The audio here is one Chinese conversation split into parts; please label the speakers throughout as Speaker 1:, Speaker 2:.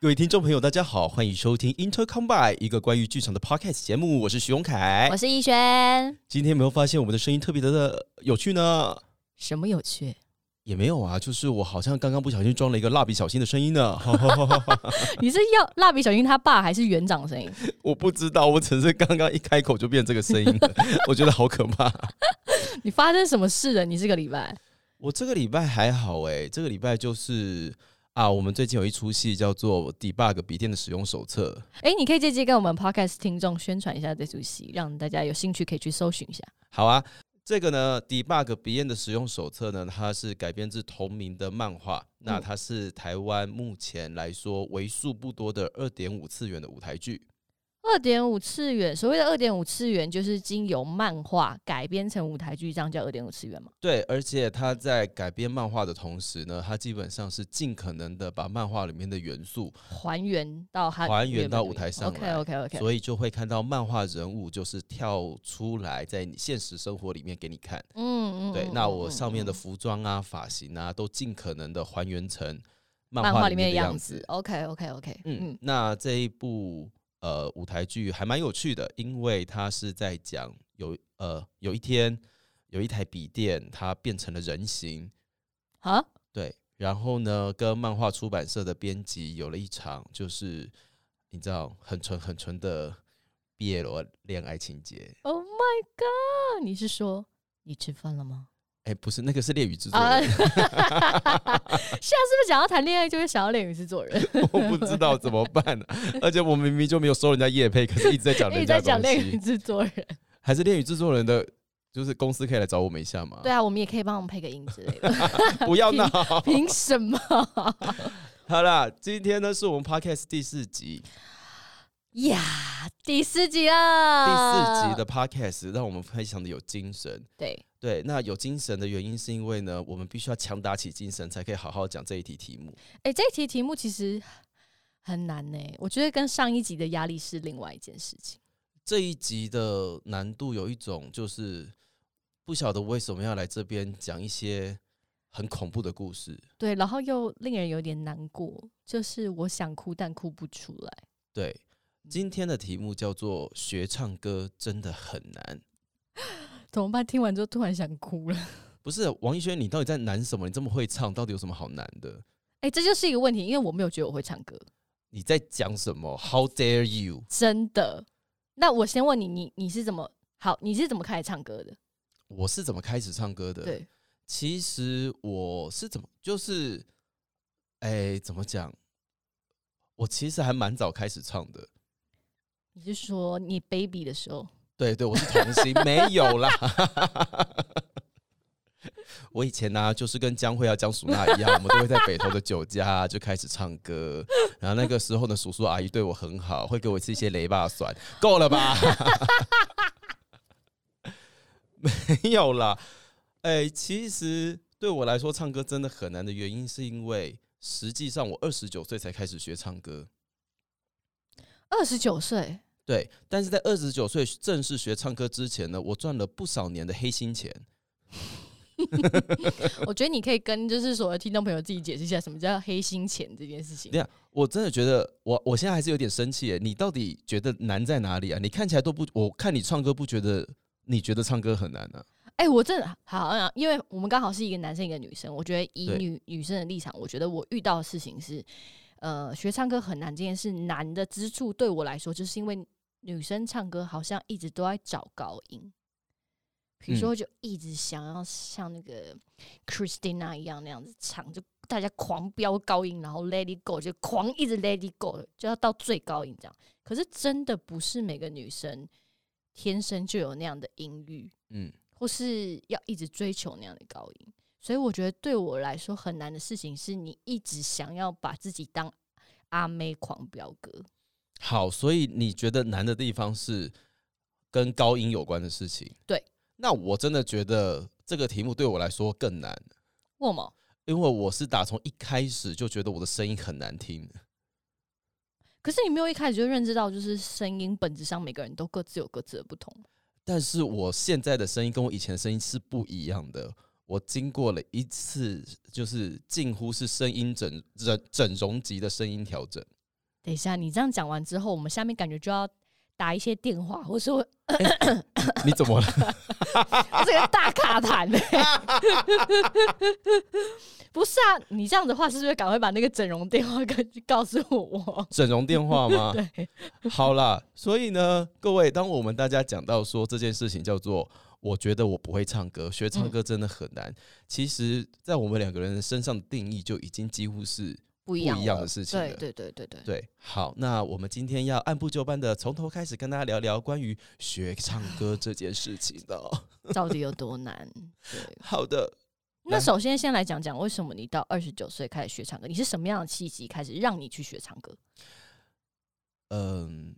Speaker 1: 各位听众朋友，大家好，欢迎收听 Intercom by 一个关于剧场的 podcast 节目，我是徐荣凯
Speaker 2: 我。是逸轩。
Speaker 1: 今天有没有发现我们的声音特别的有趣呢？
Speaker 2: 什么有趣？
Speaker 1: 也没有啊，就是我好像刚刚不小心装了一个蜡笔小新的声音呢，
Speaker 2: 你是要蜡笔小新他爸还是园长的声音？
Speaker 1: 我不知道，我只是刚刚一开口就变这个声音 了，我觉得好可怕。
Speaker 2: 你发生什么事了？你这个礼拜
Speaker 1: 我这个礼拜还好诶、这个礼拜就是啊，我们最近有一出戏叫做《Debug 笔电的使用手册》，
Speaker 2: 哎、你可以借机跟我们 podcast 听众宣传一下这出戏，让大家有兴趣可以去搜寻一下。
Speaker 1: 好啊，这个呢，《Debug 鼻炎的使用手册》呢，它是改编自同名的漫画。
Speaker 2: 嗯
Speaker 1: 那它是台湾目前来说为数不多的二点五次元的舞台剧。
Speaker 2: 二点五次元，所谓的二点五次元，就是经由漫画改编成舞台剧，这样叫二点五次元嘛？
Speaker 1: 对，而且它在改编漫画的同时呢，它基本上是尽可能的把漫画里面的元素，
Speaker 2: 还原到它
Speaker 1: 还原到舞台上来
Speaker 2: OK OK OK。
Speaker 1: 所以就会看到漫画人物就是跳出来，在你现实生活里面给你看。
Speaker 2: 嗯嗯
Speaker 1: 对
Speaker 2: 嗯，
Speaker 1: 那
Speaker 2: 嗯
Speaker 1: 我
Speaker 2: 嗯
Speaker 1: 上面的
Speaker 2: 嗯
Speaker 1: 服装啊、发型啊，都尽可能的还原成漫
Speaker 2: 漫
Speaker 1: 画
Speaker 2: 画
Speaker 1: 里
Speaker 2: 里
Speaker 1: 面的
Speaker 2: 面的
Speaker 1: 样
Speaker 2: 样
Speaker 1: 子
Speaker 2: 子。。OK OK OK。
Speaker 1: 嗯
Speaker 2: 嗯，
Speaker 1: 那这一部呃舞台剧还蛮有趣的，因为它是在讲有呃有一天有一台笔电它变成了人形，
Speaker 2: 啊，
Speaker 1: 对，然后呢跟漫画出版社的编辑有了一场就是你知道很纯很纯的 BL 恋爱情节，
Speaker 2: Oh my god！你是说你吃饭了吗？
Speaker 1: 哎，不是那个是恋与制作
Speaker 2: 啊，
Speaker 1: 人
Speaker 2: 现在是不是想要谈恋爱就会想要恋与制作 人？
Speaker 1: 我不知道怎么 办、啊而且我明明就没有收人家业配，可是一直在讲
Speaker 2: 一
Speaker 1: 人
Speaker 2: 直
Speaker 1: 家的
Speaker 2: 在讲
Speaker 1: 东
Speaker 2: 恋与
Speaker 1: 西，
Speaker 2: 制作人。
Speaker 1: 还是恋与制作人的。就是公司可以来找我们一下 嘛？
Speaker 2: 对啊，我们也可以帮我们配个音之类的。
Speaker 1: 不要闹！
Speaker 2: 凭什么？
Speaker 1: 好啦，今天呢是我们 podcast 第四集，
Speaker 2: 呀，第四集
Speaker 1: 第
Speaker 2: 啊！
Speaker 1: 四集的 podcast 让我们非常的有精神。
Speaker 2: 对，
Speaker 1: 对，那有精神的原因是因为呢，我们必须要强打起精神，才可以好好讲这一题题目。
Speaker 2: 哎，这一题题目其实很难呢、我觉得跟上一集的压力是另外一件事情。
Speaker 1: 这一集的难度有一种就是不晓得为什么要来这边讲一些很恐怖的故事。
Speaker 2: 对，然后又令人有点难过，就是我想哭但哭不出来。
Speaker 1: 对，今天的题目叫做“学唱歌真的很难
Speaker 2: 怎么办？听完之后突然想哭了。”。
Speaker 1: 不是王一轩，你到底在难什么？你这么会唱，到底有什么好难的？
Speaker 2: 哎、这就是一个问题，因为我没有觉得我会唱歌。
Speaker 1: 你在讲什么？How dare you！
Speaker 2: 真的。那我先问你，你你是怎么好？你是怎么开始唱歌的？
Speaker 1: 我是怎么开始唱歌的？，
Speaker 2: 对，
Speaker 1: 其实我是怎么，就是，哎、怎么讲？我其实还蛮早开始唱的。
Speaker 2: 你是说你 baby 的时候？
Speaker 1: 对对，我是童星，没有啦。我以前呢、就是跟江慧啊、江淑娜一样，我们都会在北投的酒家啊、就开始唱歌。然后那个时候呢，叔叔阿姨对我很好，会给我吃一些雷霸酸，够了吧？ 没有啦，哎、其实对我来说，唱歌真的很难的原因，是因为实际上我二十九岁才开始学唱歌。
Speaker 2: 二十九岁，
Speaker 1: 对，但是在二十九岁正式学唱歌之前呢，我赚了不少年的黑心钱。
Speaker 2: 我觉得你可以跟就是所有听众朋友自己解释一下什么叫黑心钱这件事情
Speaker 1: 对。我真的觉得我，我现在还是有点生气耶。你到底觉得难在哪里啊？你看起来都不，我看你唱歌不觉得，你觉得唱歌很难啊？
Speaker 2: 哎、我真的好、啊，因为我们刚好是一个男生一个女生，我觉得以
Speaker 1: 对
Speaker 2: 女女生的立场，我觉得我遇到的事情是，呃，学唱歌很难这件事难的之处，对我来说，就是因为女生唱歌好像一直都在找高音，比如说就一直想要像那个 Christina 一样那样子唱，就大家狂飙高音，然后 Let It Go 就狂一直 Let It Go，就要到最高音这样。可是真的不是每个女生天生就有那样的音域。
Speaker 1: 嗯，
Speaker 2: 或是要一直追求那样的高音。所以我觉得对我来说很难的事情是你一直想要把自己当阿妹狂飙哥，
Speaker 1: 好，所以你觉得难的地方是跟高音有关的事情。
Speaker 2: 对，
Speaker 1: 那我真的觉得这个题目对我来说更难，
Speaker 2: 为什么？
Speaker 1: 因为我是打从一开始就觉得我的声音很难听。
Speaker 2: 可是你没有一开始就认知到，就是声音本质上每个人都各自有各自的不同。
Speaker 1: 但是我现在的声音跟我以前的声音是不一样的。我经过了一次，就是近乎是声音整整整容级的声音调整。
Speaker 2: 等一下，你这样讲完之后，我们下面感觉就要打一些电话，或是我
Speaker 1: 哎 你怎么了？
Speaker 2: 我这个大卡痰、 不是啊，你这样的话，是不是赶快把那个整容电话跟告诉我？
Speaker 1: 整容电话吗？
Speaker 2: 对，
Speaker 1: 好啦，所以呢，各位，当我们大家讲到说这件事情叫做“我觉得我不会唱歌，学唱歌真的很难”，其实，在我们两个人身上的定义就已经几乎是
Speaker 2: 不
Speaker 1: 不
Speaker 2: 一样了，
Speaker 1: 一样的事情了。
Speaker 2: 对对对对对，
Speaker 1: 对好，那我们今天要按部就班的从头开始跟大家聊聊关于学唱歌这件事情的哦。
Speaker 2: 到底有多难？ 对，
Speaker 1: 好的，
Speaker 2: 那
Speaker 1: 来
Speaker 2: 首先先来讲讲，为什么你到二十九岁开始学唱歌？你是什么样的契机开始让你去学唱歌？
Speaker 1: 嗯，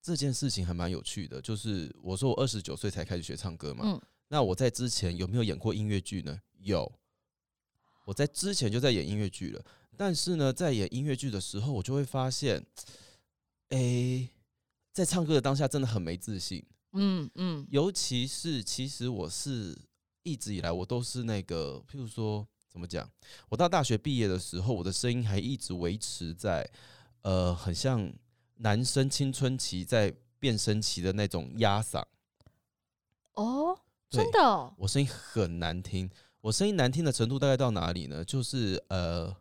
Speaker 1: 这件事情还蛮有趣的，就是我说我二十九岁才开始学唱歌嘛，
Speaker 2: 嗯
Speaker 1: 那我在之前有没有演过音乐剧呢？有，我在之前就在演音乐剧了。但是呢，在演音乐剧的时候，我就会发现，诶、在唱歌的当下真的很没自信，
Speaker 2: 嗯嗯，
Speaker 1: 尤其是其实我是一直以来我都是那个，譬如说怎么讲，我到大学毕业的时候，我的声音还一直维持在呃，很像男生青春期在变声期的那种压嗓，
Speaker 2: 哦，
Speaker 1: 对
Speaker 2: 真的哦、
Speaker 1: 我声音很难听，我声音难听的程度大概到哪里呢？就是呃，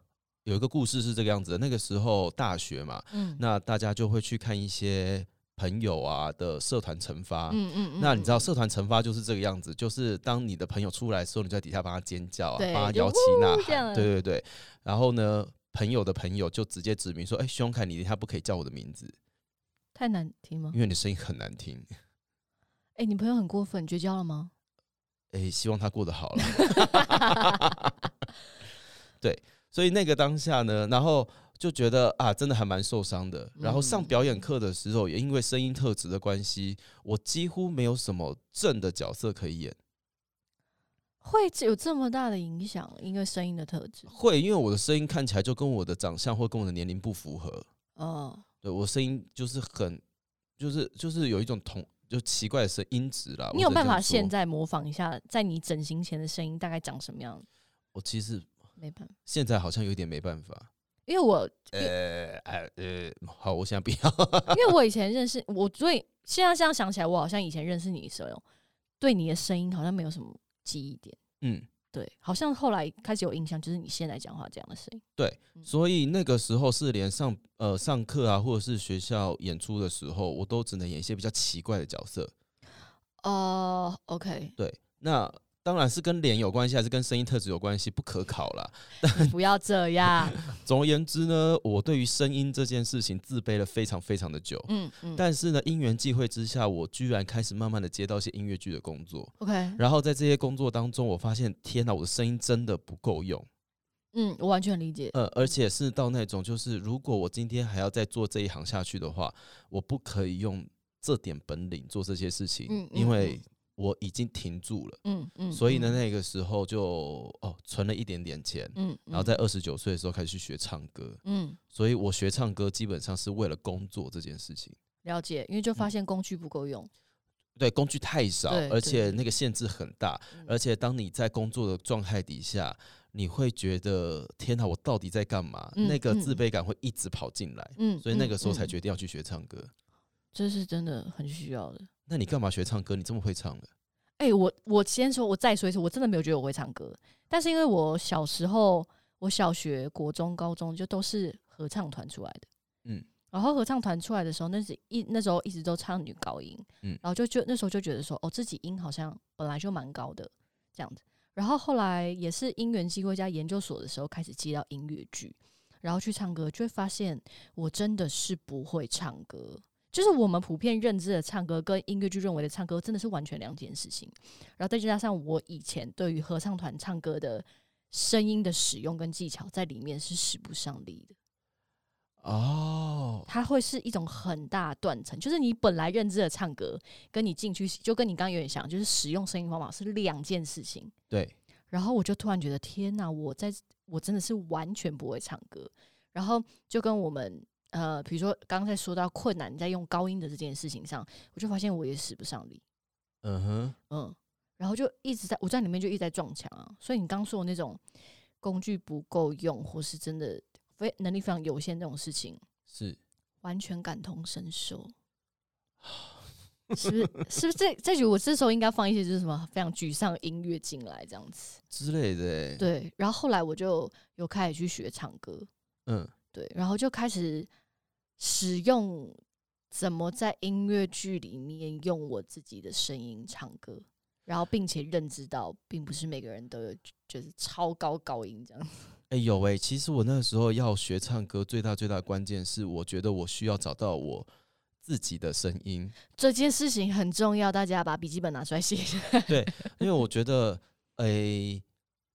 Speaker 1: 有一个故事是这个样子的，那个时候大学嘛，
Speaker 2: 嗯，
Speaker 1: 那大家就会去看一些朋友啊的社团惩罚，
Speaker 2: 嗯嗯嗯，
Speaker 1: 那你知道
Speaker 2: 嗯
Speaker 1: 社团惩罚就是这个样子，就是当你的朋友出来的时候，你就在底下帮他尖叫啊，
Speaker 2: 对
Speaker 1: 帮他
Speaker 2: 就
Speaker 1: 摇旗
Speaker 2: 呼
Speaker 1: 呐
Speaker 2: 这样
Speaker 1: 喊，对对对。然后呢，朋友的朋友就直接指明说：“哎、徐永凯，你等一下不可以叫我的名字，
Speaker 2: 太难听吗？
Speaker 1: 因为你声音很难听。
Speaker 2: 哎、你朋友很过分，绝交了吗？
Speaker 1: 哎，希望他过得好了。 对，所以那个当下呢，然后就觉得啊，真的还蛮受伤的。然后上
Speaker 2: 嗯
Speaker 1: 表演课的时候，也因为声音特质的关系，我几乎没有什么正的角色可以演。
Speaker 2: 会有这么大的影响，因为声音的特质
Speaker 1: 会，因为我的声音看起来就跟我的长相或跟我的年龄不符合。
Speaker 2: 哦，
Speaker 1: 对我声音就是很，就是就是有一种同就奇怪的声音质啦。
Speaker 2: 你有
Speaker 1: 我只能
Speaker 2: 办
Speaker 1: 这
Speaker 2: 法
Speaker 1: 样说
Speaker 2: 现？在模仿一下，在你整形前的声音大概长什么样？
Speaker 1: 我其实
Speaker 2: 没办法，
Speaker 1: 现在好像有点没办法。
Speaker 2: 因为我
Speaker 1: 呃呃呃，好，我现在不要。 嗯
Speaker 2: 因为我以前认识我，所以现在这样想起来，我好像以前认识你的时候，对你的声音好像没有什么记忆点。
Speaker 1: 嗯，
Speaker 2: 对，好像后来开始有印象，就是你现在讲话这样的声音。
Speaker 1: 所以那个时候是连上呃上课啊，或者是学校演出的时候，我都只能演一些比较奇怪的角色。
Speaker 2: 哦、o k
Speaker 1: 对，那当然是跟脸有关系，还是跟声音特质有关系，不可考啦。
Speaker 2: 不要这样。
Speaker 1: 总而言之呢，我对于声音这件事情自卑了非常非常的久。
Speaker 2: 嗯嗯
Speaker 1: 但是呢，因缘际会之下，我居然开始慢慢的接到一些音乐剧的工作，
Speaker 2: ，OK，
Speaker 1: 然后在这些工作当中，我发现天哪，我的声音真的不够用，
Speaker 2: 嗯，我完全理解。
Speaker 1: 呃，而且是到那种就是，如果我今天还要再做这一行下去的话，我不可以用这点本领做这些事情，
Speaker 2: 嗯嗯
Speaker 1: 因为我已经停住了。
Speaker 2: 嗯嗯，
Speaker 1: 所以呢，
Speaker 2: 嗯，
Speaker 1: 那个时候就哦存了一点点钱，
Speaker 2: 嗯，
Speaker 1: 然后在二十九岁的时候开始去学唱歌，
Speaker 2: 嗯，嗯，
Speaker 1: 所以我学唱歌基本上是为了工作这件事情。
Speaker 2: 了解，因为就发现工具不够用。
Speaker 1: 对，工具太少
Speaker 2: 对，
Speaker 1: 而且
Speaker 2: 对
Speaker 1: 那个限制很大，
Speaker 2: 嗯
Speaker 1: 而且当你在工作的状态底下，你会觉得天哪，我到底在干嘛？
Speaker 2: 嗯
Speaker 1: 那个
Speaker 2: 嗯
Speaker 1: 自卑感会一直跑进来，
Speaker 2: 嗯
Speaker 1: 所以那个时候才
Speaker 2: 觉，
Speaker 1: 决定要去学唱歌。
Speaker 2: 这是真的很需要的。
Speaker 1: 那你干嘛学唱歌？你这么会唱的？
Speaker 2: 哎、我我先说，我再说一次，我真的没有觉得我会唱歌，但是因为我小时候，我小学、国中、高中就都是合唱团出来的，
Speaker 1: 嗯，
Speaker 2: 然后合唱团出来的时候，那是一那时候一直都唱女高音，
Speaker 1: 嗯
Speaker 2: 然后就就那时候就觉得说，哦，自己音好像本来就蛮高的这样子，然后后来也是因缘机会加研究所的时候开始接到音乐剧，然后去唱歌，就会发现我真的是不会唱歌，就是我们普遍认知的唱歌跟音乐剧认为的唱歌真的是完全两件事情。然后再加上我以前对于合唱团唱歌的声音的使用跟技巧，在里面是使不上力的。
Speaker 1: 哦，
Speaker 2: 它会是一种很大的断层，就是你本来认知的唱歌，跟你进去就跟你刚刚有点像，就是使用声音方法是两件事情。
Speaker 1: 对，
Speaker 2: 然后我就突然觉得，天呐，我在我真的是完全不会唱歌。然后就跟我们呃，比如说刚才说到困难在用高音的这件事情上，我就发现我也使不上力，
Speaker 1: 嗯哼，
Speaker 2: 嗯，然后就一直在我在里面就一直在撞墙啊。所以你刚说的那种工具不够用，或是真的非能力非常有限这种事情，
Speaker 1: 是
Speaker 2: 完全感同身受。是不是？是不是这这局我这时候应该放一些就是什么非常沮丧的音乐进来这样子？
Speaker 1: 之类的、欸。，
Speaker 2: 对，然后后来我就有开始去学唱歌，
Speaker 1: 嗯，
Speaker 2: 对，然后就开始使用怎么在音乐剧里面用我自己的声音唱歌，然后并且认知到，并不是每个人都有就是超高高音这样。
Speaker 1: 哎、有哎、其实我那个时候要学唱歌，最大最大的关键是，我觉得我需要找到我自己的声音。
Speaker 2: 这件事情很重要，大家把笔记本拿出来写一下。
Speaker 1: 因为我觉得，诶、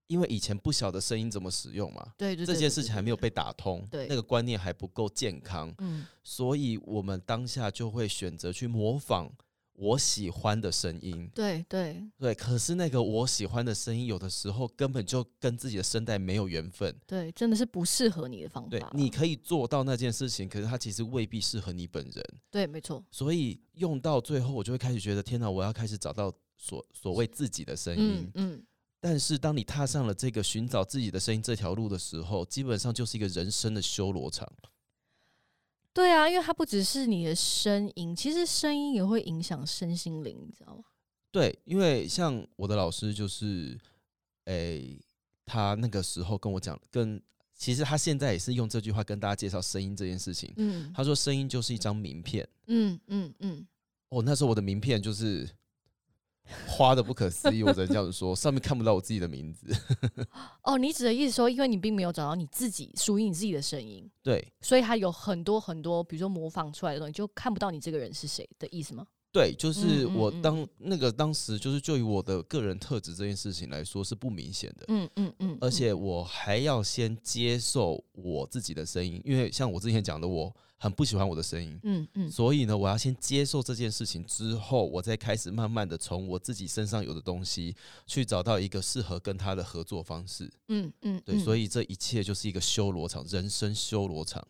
Speaker 1: 因为以前不晓得声音怎么使用嘛，
Speaker 2: 对对
Speaker 1: 这件事情还没有，被打通，
Speaker 2: 对
Speaker 1: 那个观念还不够健康，
Speaker 2: 对对对嗯，
Speaker 1: 所以我们当下就会选择去模仿我喜欢的声音。
Speaker 2: 对对
Speaker 1: 对，可是那个我喜欢的声音，有的时候根本就跟自己的声带没有缘分。
Speaker 2: 对，真的是不适合你的方法
Speaker 1: 对
Speaker 2: 啦。，
Speaker 1: 你可以做到那件事情，可是它其实未必适合你本人。
Speaker 2: 对，没错，
Speaker 1: 所以用到最后，我就会开始觉得，天哪，我要开始找到所所谓自己的声音。
Speaker 2: 嗯嗯，
Speaker 1: 但是当你踏上了这个寻找自己的声音这条路的时候，基本上就是一个人生的修罗场。
Speaker 2: 对啊，因为它不只是你的声音，其实声音也会影响身心灵，你知道吗？
Speaker 1: 对，因为像我的老师就是，诶、他那个时候跟我讲，跟其实他现在也是用这句话跟大家介绍声音这件事情。
Speaker 2: 嗯
Speaker 1: 他说，声音就是一张名片。
Speaker 2: 嗯嗯嗯，
Speaker 1: 哦，那时候我的名片就是花的不可思议，我只能这样子说，上面看不到我自己的名字。
Speaker 2: 哦，你指的意思说，因为你并没有找到你自己属于你自己的声音，
Speaker 1: 对
Speaker 2: 所以它有很多很多，比如说模仿出来的东西，就看不到你这个人是谁的意思吗？
Speaker 1: 对，就是
Speaker 2: 嗯嗯
Speaker 1: 我
Speaker 2: 嗯
Speaker 1: 当那个当时就是就以我的个人特质这件事情来说是不明显的。
Speaker 2: 嗯嗯嗯，
Speaker 1: 而且我还要先接受我自己的声音，因为像我之前讲的，我很不喜欢我的声音，
Speaker 2: 嗯嗯
Speaker 1: 所以呢，我要先接受这件事情之后，我再开始慢慢的从我自己身上有的东西去找到一个适合跟他的合作方式。
Speaker 2: 嗯嗯，
Speaker 1: 对，所
Speaker 2: 以
Speaker 1: 以这一切就是一个修罗场，人生修罗场。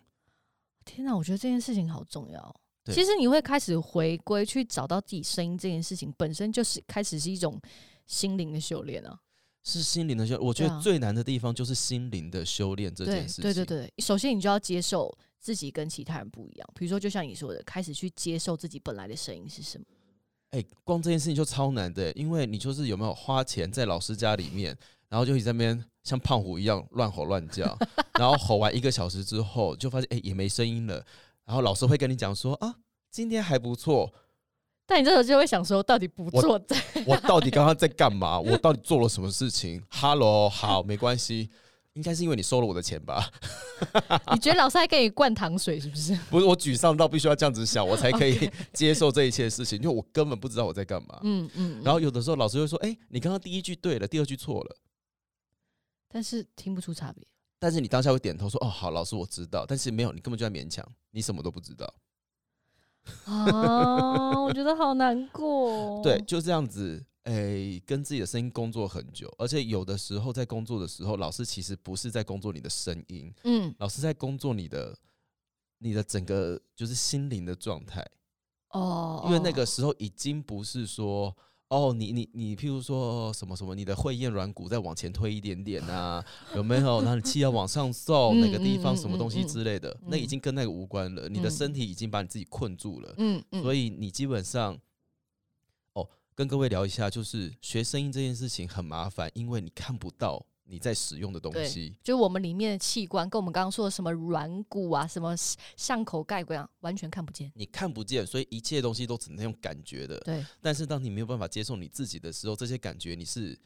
Speaker 2: 天哪，我觉得这件事情好重要哦。
Speaker 1: 对
Speaker 2: 其实你会开始回归去找到自己声音这件事情，本身就是开始是一种心灵的修炼啊。
Speaker 1: 是心灵的修，我觉
Speaker 2: 对
Speaker 1: 得
Speaker 2: 啊
Speaker 1: 最难的地方就是心灵的修炼这
Speaker 2: 对
Speaker 1: 件事情。
Speaker 2: 对对对，首先你就要接受自己跟其他人不一样，比如说就像你说的，开始去接受自己本来的声音是什么。
Speaker 1: 哎、光这件事情就超难的欸，因为你就是有没有花钱在老师家里面，然后就一直在那边像胖虎一样乱吼乱叫，然后吼完一个小时之后，就发现哎、也没声音了，然后老师会跟你讲说啊。今天还不错，
Speaker 2: 但你这时候就会想说，到底不
Speaker 1: 我
Speaker 2: 做在
Speaker 1: 我到底刚刚在干嘛？我到底做了什么事情？Hello，好，没关系，应该是因为你收了我的钱吧？
Speaker 2: 你觉得老师还给你灌糖水是不是？
Speaker 1: 不是我沮丧到必须要这样子想，我才可以 接受这一切事情，因为我根本不知道我在干嘛。
Speaker 2: 嗯嗯。
Speaker 1: 然后，有的时候老师会说：“哎、你刚刚第一句对了，第二句错了。”
Speaker 2: 但是听不出差 别。
Speaker 1: 但是你当下会点头说：“哦，好，老师，我知道。”但是没有，你根本就在勉强，你什么都不知道。
Speaker 2: 啊，我觉得好难过、哦。
Speaker 1: 对，，就这样子，诶、跟自己的声音工作很久，而且有的时候在工作的时候，老师其实不是在工作你的声音，
Speaker 2: 嗯，
Speaker 1: 老师在工作你的你的整个就是心灵的状态，
Speaker 2: 哦，
Speaker 1: 因为那
Speaker 2: 哦
Speaker 1: 个时候已经不是说。哦，你你你，譬如说什么什么，你的会厌软骨再往前推一点点啊，有没有？然后你气要往 上送，哪个地
Speaker 2: 嗯
Speaker 1: 方
Speaker 2: 嗯
Speaker 1: 什么
Speaker 2: 嗯
Speaker 1: 东西
Speaker 2: 嗯
Speaker 1: 之类的，那已
Speaker 2: 嗯
Speaker 1: 经跟那个无关了。你的
Speaker 2: 嗯
Speaker 1: 身体已经把你自己困住了，
Speaker 2: 嗯嗯，
Speaker 1: 所
Speaker 2: 以
Speaker 1: 以你基本上，哦，跟各位聊一下，就是学声音这件事情很麻烦，因为你看不到你在使用的东
Speaker 2: 对
Speaker 1: 西。
Speaker 2: 就是我们里面的器官，跟我们刚刚说的什么软骨啊，什么上口盖骨啊，完全看不见。
Speaker 1: 你看不见，所以一切东西都只能用感觉的。
Speaker 2: 对，
Speaker 1: 但是当你没有办法接受你自己的时候，这些感觉你是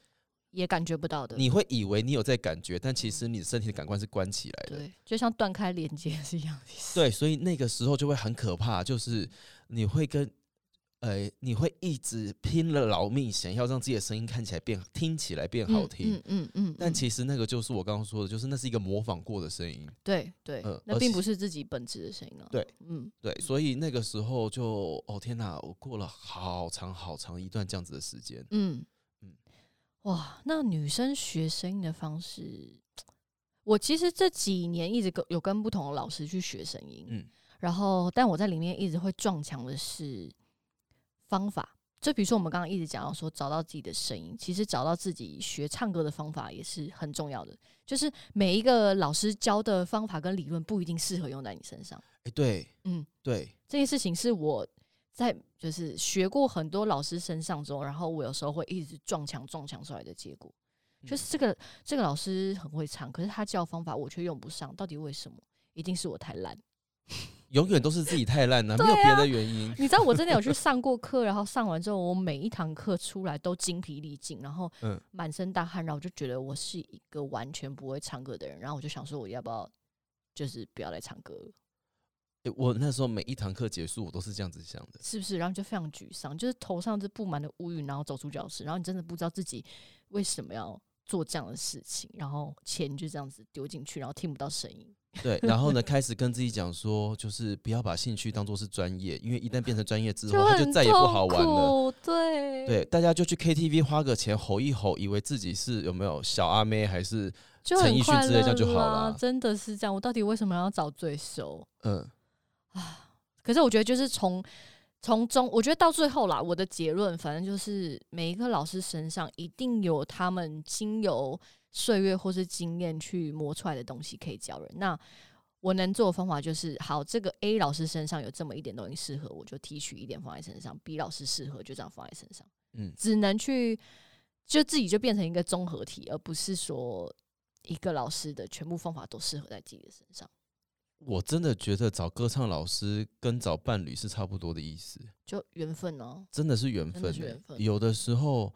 Speaker 2: 也感觉不到的。
Speaker 1: 你会以为你有在感觉，但其实你的身体的感官是关起来的。
Speaker 2: 对，就像断开连接是一样的意思。
Speaker 1: 对，所以那个时候就会很可怕，就是你会跟呃，你会一直拼了老命想要让自己的声音看起来变听起来变
Speaker 2: 嗯，
Speaker 1: 好听。
Speaker 2: 嗯嗯嗯，
Speaker 1: 但
Speaker 2: 嗯
Speaker 1: 其实那个就是我刚刚说的，就是那是一个模仿过的声音，
Speaker 2: 对对
Speaker 1: 呃，而
Speaker 2: 那并
Speaker 1: 且
Speaker 2: 不是自己本质的声音了。
Speaker 1: 对，
Speaker 2: 嗯，
Speaker 1: 对，所以那个时候就哦天哪，我过了好长好长一段这样子的时间，
Speaker 2: 嗯
Speaker 1: 嗯，
Speaker 2: 哇，那女生学声音的方式，我其实这几年一直跟有跟不同的老师去学声音，
Speaker 1: 嗯
Speaker 2: 然后但我在里面一直会撞墙的是方法。就比如说我们刚刚一直讲到说找到自己的声音，其实找到自己学唱歌的方法也是很重要的。就是每一个老师教的方法跟理论不一定适合用在你身上。
Speaker 1: 哎，对
Speaker 2: 嗯，
Speaker 1: 对，
Speaker 2: 这件事情是我在就是学过很多老师身上中，然后我有时候会一直撞墙撞墙出来的结果，就是这个这个老师很会唱，可是他教方法我却用不上，到底为什么？一定是我太烂。
Speaker 1: 永远都是自己太烂了、
Speaker 2: 对
Speaker 1: 没有别
Speaker 2: 啊
Speaker 1: 的原因。
Speaker 2: 你知道我真的有去上过课，然后上完之后，我每一堂课出来都精疲力尽，然后
Speaker 1: 嗯
Speaker 2: 满身大汗，然后我就觉得我是一个完全不会唱歌的人，然后我就想说，我要不要就是不要来唱歌了，
Speaker 1: 诶我那时候每一堂课结束，我都是这样子想的。
Speaker 2: 是不是？然后就非常沮丧，就是头上是布满了乌云，然后走出教室，然后你真的不知道自己为什么要做这样的事情，然后钱就这样子丢进去，然后听不到声音，
Speaker 1: 对，然后呢，开始跟自己讲说，就是不要把兴趣当做是专业，因为一旦变成专业之后，它就
Speaker 2: 很
Speaker 1: 再也不好玩了。
Speaker 2: 痛苦，对
Speaker 1: 对，大家就去 KTV 花个钱吼一吼，以为自己是有没有小阿妹，还是
Speaker 2: 就
Speaker 1: 陈
Speaker 2: 很
Speaker 1: 奕迅
Speaker 2: 快
Speaker 1: 之类这
Speaker 2: 乐
Speaker 1: 样就好
Speaker 2: 啦
Speaker 1: 啦
Speaker 2: 真的是这样。我到底为什么要找罪受？
Speaker 1: 嗯，
Speaker 2: 啊，可是我觉得就是从从中，我觉得到最后啦，我的结论反正就是每一个老师身上一定有他们经由岁月或是经验去磨出来的东西可以教人。那我能做的方法就是，好，这个 A 老师身上有这么一点东西适合，我就提取一点放在身上；B 老师适合，就这样放在身上。
Speaker 1: 嗯
Speaker 2: 只能去就自己就变成一个综合体，而不是说一个老师的全部方法都适合在自己的身上。
Speaker 1: 我真的觉得找歌唱老师跟找伴侣是差不多的意思，
Speaker 2: 就缘分哦、
Speaker 1: 真的是缘
Speaker 2: 真
Speaker 1: 分、
Speaker 2: 的
Speaker 1: 欸。
Speaker 2: 是缘分
Speaker 1: 有的时候，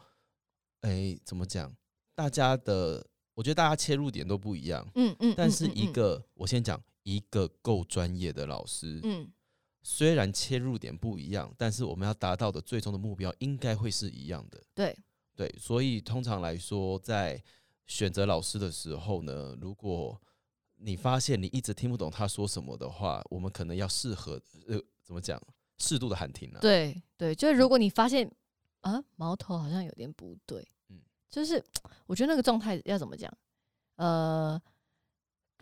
Speaker 1: 哎、怎么讲？大家的，我觉得大家切入点都不一样。
Speaker 2: 嗯嗯，
Speaker 1: 但
Speaker 2: 嗯
Speaker 1: 是
Speaker 2: 嗯
Speaker 1: 一
Speaker 2: 嗯
Speaker 1: 个，我先讲一个够专业的老师，
Speaker 2: 嗯，
Speaker 1: 虽然切入点不一样，但是我们要达到的最终的目标应该会是一样的。
Speaker 2: 对，
Speaker 1: 对，所以通常来说，在选择老师的时候呢，如果你发现你一直听不懂他说什么的话，我们可能要适合呃，怎么讲，适度的喊停了、啊。
Speaker 2: 对对，就是如果你发现啊矛头好像有点不对，嗯
Speaker 1: 嗯，
Speaker 2: 就是我觉得那个状态要怎么讲？呃，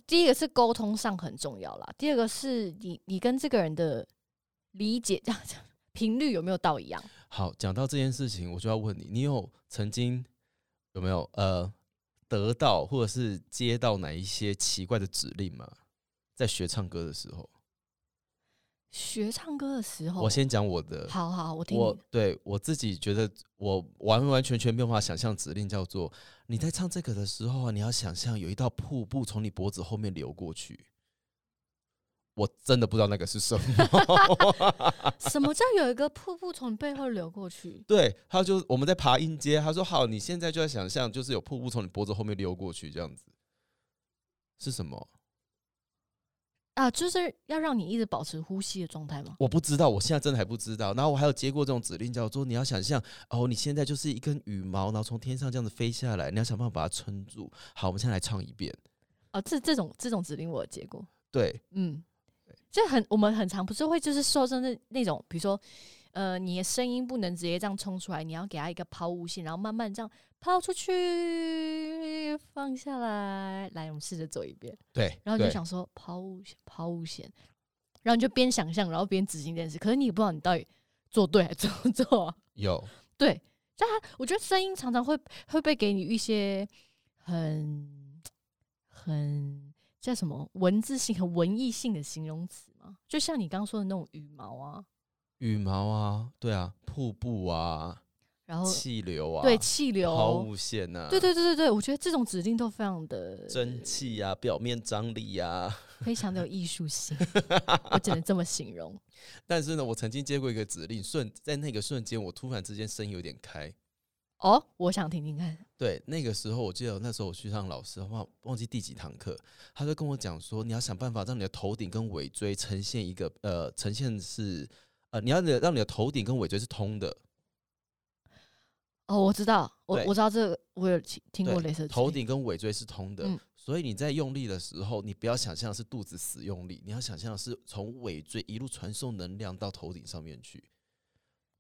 Speaker 2: 第一个是沟通上很重要啦，第二个是你你跟这个人的理解 这样讲频率有没有到一样？
Speaker 1: 好，讲到这件事情，我就要问你，你有曾经有没有呃得到或者是接到哪一些奇怪的指令吗？在学唱歌的时候，
Speaker 2: 学唱歌的时候，
Speaker 1: 我先讲我的。
Speaker 2: 好好，我听你
Speaker 1: 我
Speaker 2: 的
Speaker 1: 对我自己觉得，我完完全全没有办法想象指令叫做你在唱这个的时候啊，你要想象有一道瀑布从你脖子后面流过去。我真的不知道那个是什么。
Speaker 2: 什么叫有一个瀑布从你背后流 过去？
Speaker 1: 对，他就我们在爬音阶，他说好，你现在就要想象，就是有瀑布从你脖子后面溜过去这样子，是什么？
Speaker 2: 啊，就是要让你一直保持呼吸的状态吗？
Speaker 1: 我不知道，我现在真的还不知道。然后我还有接过这种指令，叫做你要想象哦，你现在就是一根羽毛，然后从天上这样子飞下来，你要想办法把它撑住。好，我们现在来唱一遍。
Speaker 2: 啊，这这种这种指令我有接过，
Speaker 1: 对，
Speaker 2: 嗯，就很我们很常不是会就是受真的那种，比如说，呃，你的声音不能直接这样冲出来，你要给它一个抛物线，然后慢慢这样抛出去，放下来。来，我们试着走一遍，
Speaker 1: 对，
Speaker 2: 然后你就
Speaker 1: 对，
Speaker 2: 想说抛物线，抛物线，然后你就边想象，然后边执行这件事，可是你也不知道你到底做对还是做错、啊。
Speaker 1: 有
Speaker 2: 对，但他我觉得声音常常会会被给你一些很很叫什么文字性、很文艺性的形容词嘛，就像你刚刚说的那种羽毛啊，
Speaker 1: 羽毛啊，对啊，瀑布啊，
Speaker 2: 然后
Speaker 1: 气流啊，
Speaker 2: 哦对气
Speaker 1: 抛
Speaker 2: 流，
Speaker 1: 物线啊，
Speaker 2: 对对对对对，我觉得这种指令都非常的
Speaker 1: 蒸汽啊，表面张力啊。
Speaker 2: 非常的有艺术性，我只能这么形容。
Speaker 1: 但是呢，我曾经接过一个指令，瞬在那个瞬间，我突然之间声音有点开，
Speaker 2: 哦，我想听听看，
Speaker 1: 对，那个时候我记得那时候我去上老师，忘忘记第几堂课，他就跟我讲说，你要想办法让你的头顶跟尾椎呈现一个呃，呈现是呃，你要你的让你的头顶跟尾椎是通的，
Speaker 2: 哦，我知道，我
Speaker 1: 对
Speaker 2: 我知道这个，我有听听过
Speaker 1: 对
Speaker 2: 类似的指
Speaker 1: 头
Speaker 2: 令
Speaker 1: 顶跟尾椎是通的，
Speaker 2: 嗯
Speaker 1: 所以你在用力的时候，你不要想象是肚子死用力，你要想象是从尾椎一路传送能量到头顶上面去。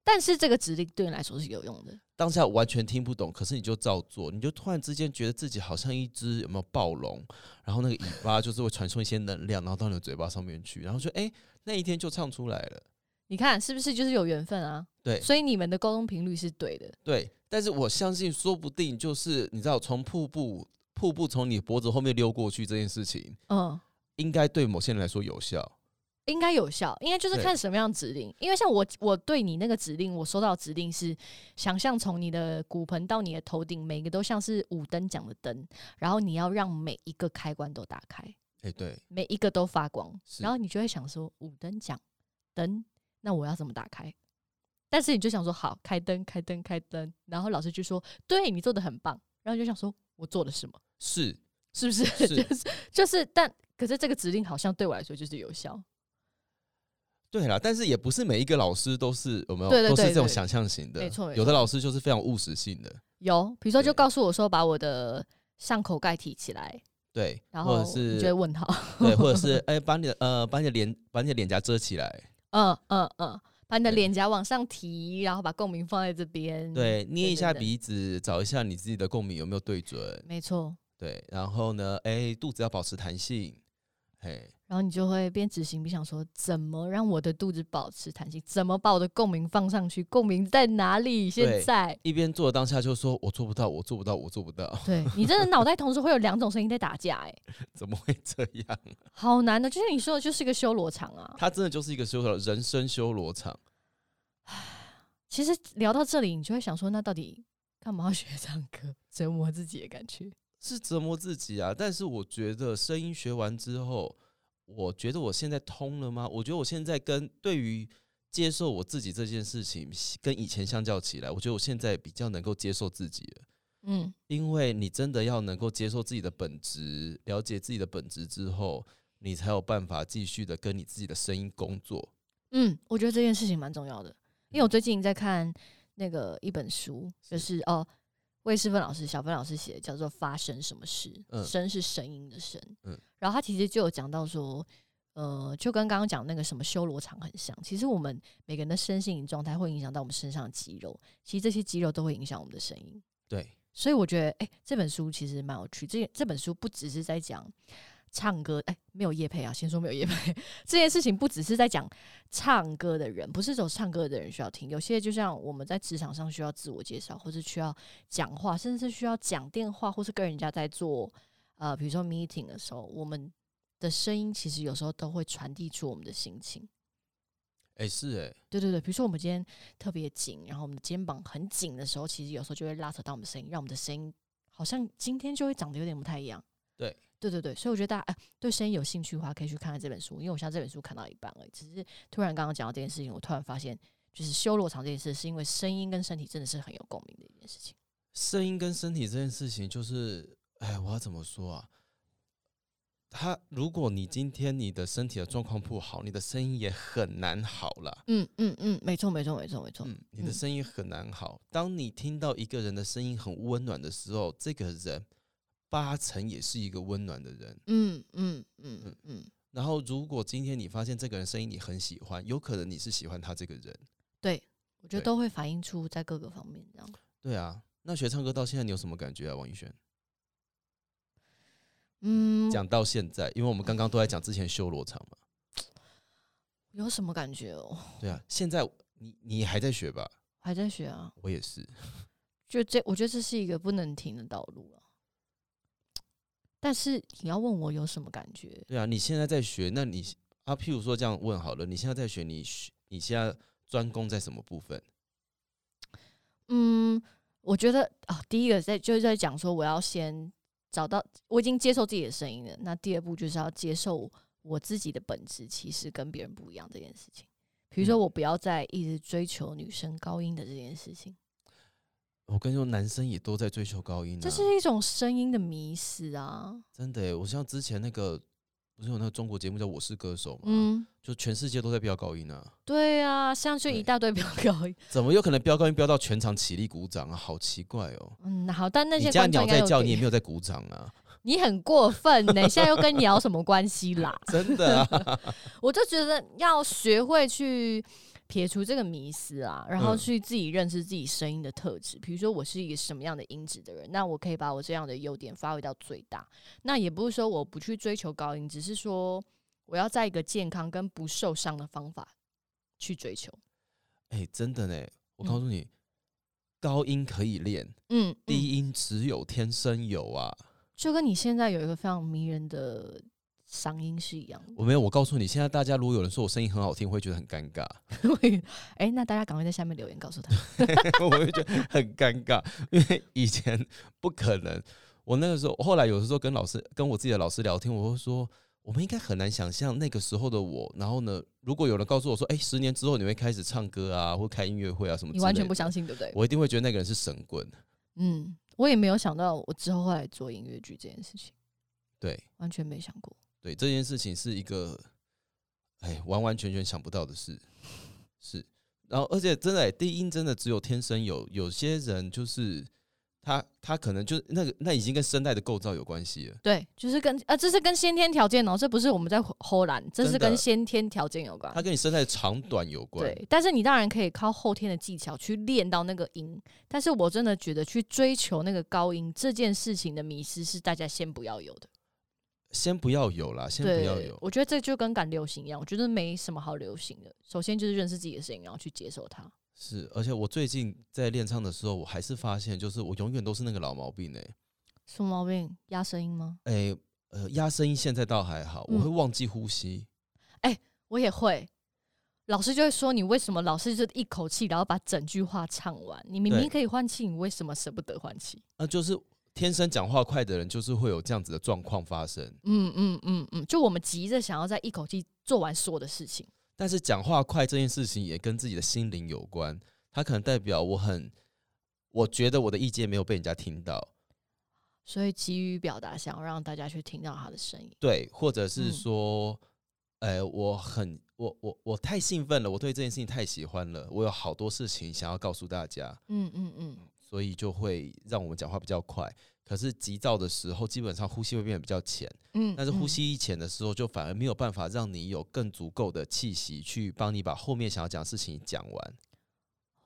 Speaker 2: 但是这个指令对你来说是有用的，
Speaker 1: 当下完全听不懂，可是你就照做，你就突然之间觉得自己好像一只有没有暴龙，然后那个尾巴就是会传送一些能量，然后到你的嘴巴上面去，然后就哎、那一天就唱出来了。
Speaker 2: 你看是不是就是有缘分啊？
Speaker 1: 对
Speaker 2: 所以你们的沟通频率是对的。
Speaker 1: 对，但是我相信，说不定就是你知道，从瀑布瀑布从你脖子后面溜过去这件事情，
Speaker 2: 嗯，
Speaker 1: 应该对某些人来说有效，
Speaker 2: 应该有效，应该就是
Speaker 1: 对
Speaker 2: 看什么样的指令。因为像我，我对你那个指令，我收到的指令是想象从你的骨盆到你的头顶，每个都像是五灯奖的灯，然后你要让每一个开关都打开，
Speaker 1: 哎、对，
Speaker 2: 每一个都发光，
Speaker 1: 是
Speaker 2: 然后你就会想说五灯奖灯，那我要怎么打开？但是你就想说好，开灯，开灯，开灯，然后老师就说对你做的很棒，然后你就想说我做了什么？
Speaker 1: 是
Speaker 2: 是不是？
Speaker 1: 是
Speaker 2: 就是就是，但可是这个指令好像对我来说就是有效。
Speaker 1: 对啦，但是也不是每一个老师都是有没有
Speaker 2: 对对
Speaker 1: 都是
Speaker 2: 对
Speaker 1: 这种
Speaker 2: 对
Speaker 1: 想象型的，
Speaker 2: 没错没
Speaker 1: 有的
Speaker 2: 错
Speaker 1: 老师就是非常务实性的，
Speaker 2: 有，比如说就
Speaker 1: 对
Speaker 2: 告诉我说把我的上口盖提起来，
Speaker 1: 对，
Speaker 2: 然
Speaker 1: 或
Speaker 2: 后
Speaker 1: 者是
Speaker 2: 你就会问号，
Speaker 1: 对，或者是哎、把你的呃把你的脸把你的脸颊遮起来，
Speaker 2: 嗯嗯嗯，把你的
Speaker 1: 对
Speaker 2: 脸颊往上提，然后把共鸣放在这边，，
Speaker 1: 对，捏一
Speaker 2: 嗯对
Speaker 1: 下
Speaker 2: 对
Speaker 1: 鼻子，找一下你自己的共鸣有没有对准，
Speaker 2: 没错。
Speaker 1: 对，然后呢，哎、肚子要保持弹性，嘿，
Speaker 2: 然后你就会边执行边想说，怎么让我的肚子保持弹性？怎么把我的共鸣放上去？共鸣在哪里？现在，
Speaker 1: 一边做的当下就说我做不到，我做不到，我做不到，
Speaker 2: 对你真的脑袋同时会有两种声音在打架、哎，
Speaker 1: 怎么会这样？
Speaker 2: 好难哦的。就像你说的，就是一个修罗场啊。
Speaker 1: 他真的就是一个修罗人生修罗场，
Speaker 2: 其实聊到这里，你就会想说，那到底干嘛要学唱歌？折磨自己的感觉。
Speaker 1: 是折磨自己啊。但是我觉得声音学完之后，我觉得我现在通了吗？我觉得我现在跟对于接受我自己这件事情，跟以前相较起来，我觉得我现在比较能够接受自己了。
Speaker 2: 嗯，
Speaker 1: 因为你真的要能够接受自己的本质，了解自己的本质之后，你才有办法继续的跟你自己的声音工作。
Speaker 2: 嗯，我觉得这件事情蛮重要的，因为我最近在看那个一本书，就是哦，魏世芬老师、小芬老师写的，叫做《发生什么事》，
Speaker 1: 嗯
Speaker 2: 声是声音的声，
Speaker 1: 嗯
Speaker 2: 然后他其实就有讲到说。呃，就跟刚刚讲那个什么修罗场很像。其实我们每个人的身心灵状态会影响到我们身上的肌肉，其实这些肌肉都会影响我们的声音。
Speaker 1: 对，
Speaker 2: 所以我觉得，哎、这本书其实蛮有趣。这这本书不只是在讲唱歌，哎、没有叶配啊，先说没有叶配 这件事情，不只是在讲唱歌的人，不是走唱歌的人需要听。有些就像我们在职场上需要自我介绍，或是需要讲话，甚至是需要讲电话，或是跟人家在做呃，比如说 meeting 的时候，我们的声音其实有时候都会传递出我们的心情。
Speaker 1: 哎、是哎、
Speaker 2: 对对对，比如说我们今天特别紧，然后我们的肩膀很紧的时候，其实有时候就会拉扯到我们的声音，让我们的声音好像今天就会长得有点不太一样。
Speaker 1: 对，
Speaker 2: 对对对，所以我觉得大家、哎对声音有兴趣的话，可以去看看这本书，因为我现在这本书看到一半而已。只是突然刚刚讲到这件事情，我突然发现，就是修罗场这件事，是因为声音跟身体真的是很有共鸣的一件事情。
Speaker 1: 声音跟身体这件事情，就是哎，我要怎么说啊？他，如果你今天你的身体的状况不好，你的声音也很难好啦。
Speaker 2: 嗯嗯嗯，没错没错没错没错。
Speaker 1: 嗯，你的
Speaker 2: 嗯
Speaker 1: 声音很难好。当你听到一个人的声音很温暖的时候，这个人八成也是一个温暖的人。
Speaker 2: 嗯嗯嗯嗯，
Speaker 1: 然后，如果今天你发现这个人声音你很喜欢，有可能你是喜欢他这个人，
Speaker 2: 我觉
Speaker 1: 对
Speaker 2: 得都会反映出在各个方面这样。
Speaker 1: 对啊。那学唱歌到现在你有什么感觉啊，王一轩？
Speaker 2: 嗯，
Speaker 1: 讲到现在，因为我们刚刚都在讲之前修罗场嘛，
Speaker 2: 有什么感觉哦？
Speaker 1: 对啊。现在你你还在学吧？
Speaker 2: 还在学啊，
Speaker 1: 我也是，
Speaker 2: 就这，我觉得这是一个不能停的道路了、但是你要问我有什么感觉？
Speaker 1: 对啊。你现在在学，那你啊，譬如说这样问好了，你现在在学，你学你现在专攻在什么部分？
Speaker 2: 嗯，我觉得啊，第一个在就是在讲说，我要先找到我已经接受自己的声音了。那第二步就是要接受我自己的本质，其实跟别人不一样这件事情。比如说，
Speaker 1: 嗯
Speaker 2: 我不要再一直追求女生高音的这件事情，
Speaker 1: 我跟你说，男生也都在追求高音、啊，
Speaker 2: 这是一种声音的迷失啊。
Speaker 1: 真的耶、我像之前那个，不是有那个中国节目叫《我是歌手》嘛，
Speaker 2: 嗯，
Speaker 1: 就全世界都在飙高音啊。
Speaker 2: 对啊，像就
Speaker 1: 对
Speaker 2: 一大堆 飙高音。
Speaker 1: 怎么有可能飙高音飙到全场起立鼓掌啊？好奇怪哦！
Speaker 2: 嗯，好，但那
Speaker 1: 你
Speaker 2: 些
Speaker 1: 家
Speaker 2: 观
Speaker 1: 鸟
Speaker 2: 众应该
Speaker 1: 在
Speaker 2: 有
Speaker 1: 叫，
Speaker 2: 给
Speaker 1: 你也没有在鼓掌啊！
Speaker 2: 你很过分呢、现在又跟鸟什么关系啦？
Speaker 1: 真的 啊，
Speaker 2: 我就觉得要学会去撇除这个迷思啊，然后
Speaker 1: 嗯
Speaker 2: 去自己认识自己声音的特质。比如说，我是一个什么样的音质的人，那我可以把我这样的优点发挥到最大。那也不是说我不去追求高音，只是说我要在一个健康跟不受伤的方法去追求。
Speaker 1: 哎、真的呢。我告诉你，高音可以练，
Speaker 2: 嗯，嗯
Speaker 1: 低音只有天生有啊。
Speaker 2: 就跟你现在有一个非常迷人的嗓音是一样的。
Speaker 1: 我没有，我告诉你，现在大家如果有人说我声音很好听，我会觉得很尴尬，
Speaker 2: 哎、那大家赶快在下面留言告诉他，
Speaker 1: 我会觉得很尴尬，因为以前不可能。我那个时候，后来有的时候跟老师、跟我自己的老师聊天，我会说，我们应该很难想象那个时候的我。然后呢，如果有人告诉我说，哎、十年之后你会开始唱歌啊，或开音乐会啊什么，
Speaker 2: 你完全不，相信，对不对？
Speaker 1: 我一定会觉得那个人是神棍。
Speaker 2: 嗯，我也没有想到我之后会来做音乐剧这件事情，
Speaker 1: 对
Speaker 2: 完全没想过。
Speaker 1: 对，这件事情是一个，哎，完完全全想不到的事，是。然后，而且真的、低音真的只有天生有，有些人就是他，他可能就是那个，那已经跟声带的构造有关系了。
Speaker 2: 对，就是跟啊，这是跟先天条件哦、这不是我们在偷懒，这是
Speaker 1: 真的
Speaker 2: 跟先天条件有关
Speaker 1: 它。跟你声带的长短有关。
Speaker 2: 对，但是你当然可以靠后天的技巧去练到那个音，但是我真的觉得去追求那个高音这件事情的迷失是大家先不要有的。
Speaker 1: 先不要有啦，先不
Speaker 2: 对
Speaker 1: 要有，。
Speaker 2: 我觉得这就跟赶流行一样，我觉得没什么好流行的。首先就是认识自己的声音，然后去接受它。
Speaker 1: 是，而且我最近在练唱的时候，我还是发现，就是我永远都是那个老毛病哎、
Speaker 2: 什么毛病？压声音吗？
Speaker 1: 哎、呃，压声音现在倒还好，我
Speaker 2: 嗯
Speaker 1: 会忘记呼吸。
Speaker 2: 我也会。老师就会说你为什么老是就一口气，然后把整句话唱完？你明
Speaker 1: 对
Speaker 2: 明可以换气，你为什么舍不得换气？
Speaker 1: 那、就是天生讲话快的人，就是会有这样子的状况发生。
Speaker 2: 嗯嗯嗯嗯，就我们急着想要在一口气做完所有的事情。
Speaker 1: 但是讲话快这件事情也跟自己的心灵有关，它可能代表我很，我觉得我的意见没有被人家听到，
Speaker 2: 所以急于表达，想要让大家去听到他的声音。
Speaker 1: 对，或者
Speaker 2: 嗯
Speaker 1: 是说，哎、我很，我我我太兴奋了，我对这件事情太喜欢了，我有好多事情想要告诉大家，
Speaker 2: 嗯嗯嗯，
Speaker 1: 所以就会让我们讲话比较快。可是急躁的时候，基本上呼吸会变得比较浅，
Speaker 2: 嗯
Speaker 1: 但是呼，吸一浅的时候，就反而没有办法让你有更足够的气息去帮你把后面想要讲的事情讲完。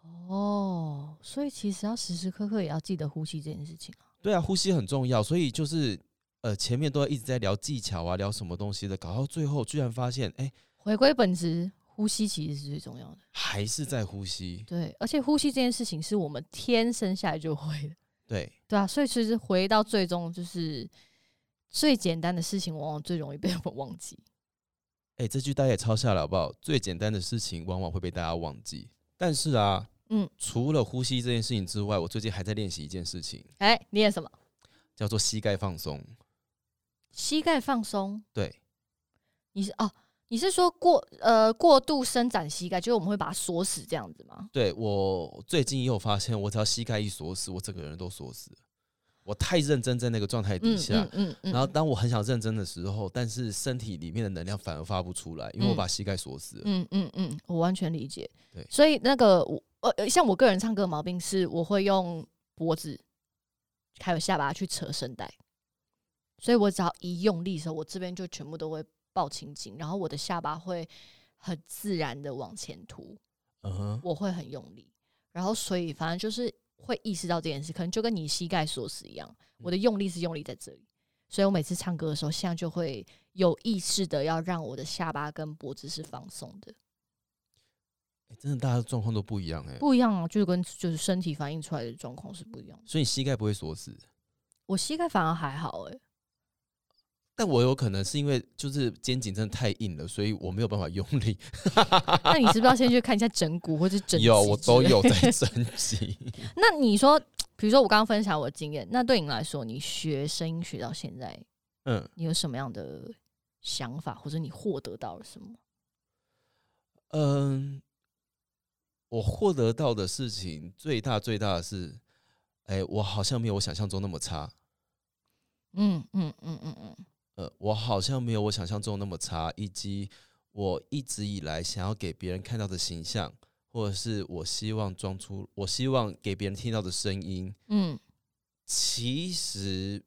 Speaker 2: 嗯哦，所以其实要时时刻刻也要记得呼吸这件事情啊。
Speaker 1: 对啊，呼吸很重要，所以就是呃，前面都一直在聊技巧啊，聊什么东西的，搞到最后居然发现，哎、
Speaker 2: 回归本质，呼吸其实是最重要的。
Speaker 1: 还是在呼吸。
Speaker 2: 对，而且呼吸这件事情是我们天生下来就会的，
Speaker 1: 对，
Speaker 2: 对啊。所以其实回到最终，就是最简单的事情，往往最容易被 我们忘记。
Speaker 1: 哎、这句大家也抄下来好不好？最简单的事情往往会被大家忘记，但是啊，
Speaker 2: 嗯，
Speaker 1: 除了呼吸这件事情之外，我最近还在练习一件事情，
Speaker 2: 哎、你也什么？
Speaker 1: 叫做膝盖放松。
Speaker 2: 膝盖放松，
Speaker 1: 对，
Speaker 2: 你是哦，你是说过呃过度伸展膝盖，就是我们会把它锁死这样子吗？
Speaker 1: 对我最近也有发现，我只要膝盖一锁死，我整个人都锁死了。我太认真在那个状态底
Speaker 2: 嗯
Speaker 1: 下，
Speaker 2: 嗯嗯嗯。
Speaker 1: 然后当我很想认真的时候，但是身体里面的能量反而发不出来，因为我把膝盖锁死了。
Speaker 2: 嗯嗯嗯，我完全理解。
Speaker 1: 对
Speaker 2: 所以那个我呃呃，像我个人唱歌的毛病是，我会用脖子还有下巴去扯声带，所以我只要一用力的时候，我这边就全部都会抱青筋，然后我的下巴会很自然的往前凸，
Speaker 1: 嗯哼，
Speaker 2: 我会很用力，然后所以反正就是会意识到这件事，可能就跟你膝盖锁死一样，我的用力是用力在这里。所以我每次唱歌的时候，现在就会有意识的要让我的下巴跟脖子是放松的。
Speaker 1: 诶真的大家的状况都不一样哎、
Speaker 2: 不一样啊，就是跟就是身体反映出来的状况是不一样的。
Speaker 1: 所以你膝盖不会锁死。
Speaker 2: 我膝盖反而还好诶、
Speaker 1: 但我有可能是因为就是肩颈真的太硬了，所以我没有办法用力。
Speaker 2: 那你是不是要先去看一下整骨或者 整？
Speaker 1: 有，我都有。在升 级。
Speaker 2: 那你说，比如说我刚刚分享我的经验，那对你来说，你学声音学到现在，
Speaker 1: 嗯，
Speaker 2: 你有什么样的想法，或者你获得到了什么？
Speaker 1: 嗯，我获得到的事情最大最大的是，哎、我好像没有我想象中那么差。
Speaker 2: 嗯嗯嗯嗯嗯，
Speaker 1: 呃，我好像没有我想象中那么差，以及我一直以来想要给别人看到的形象，或者是我希望装出，我希望给别人听到的声音，
Speaker 2: 嗯，
Speaker 1: 其实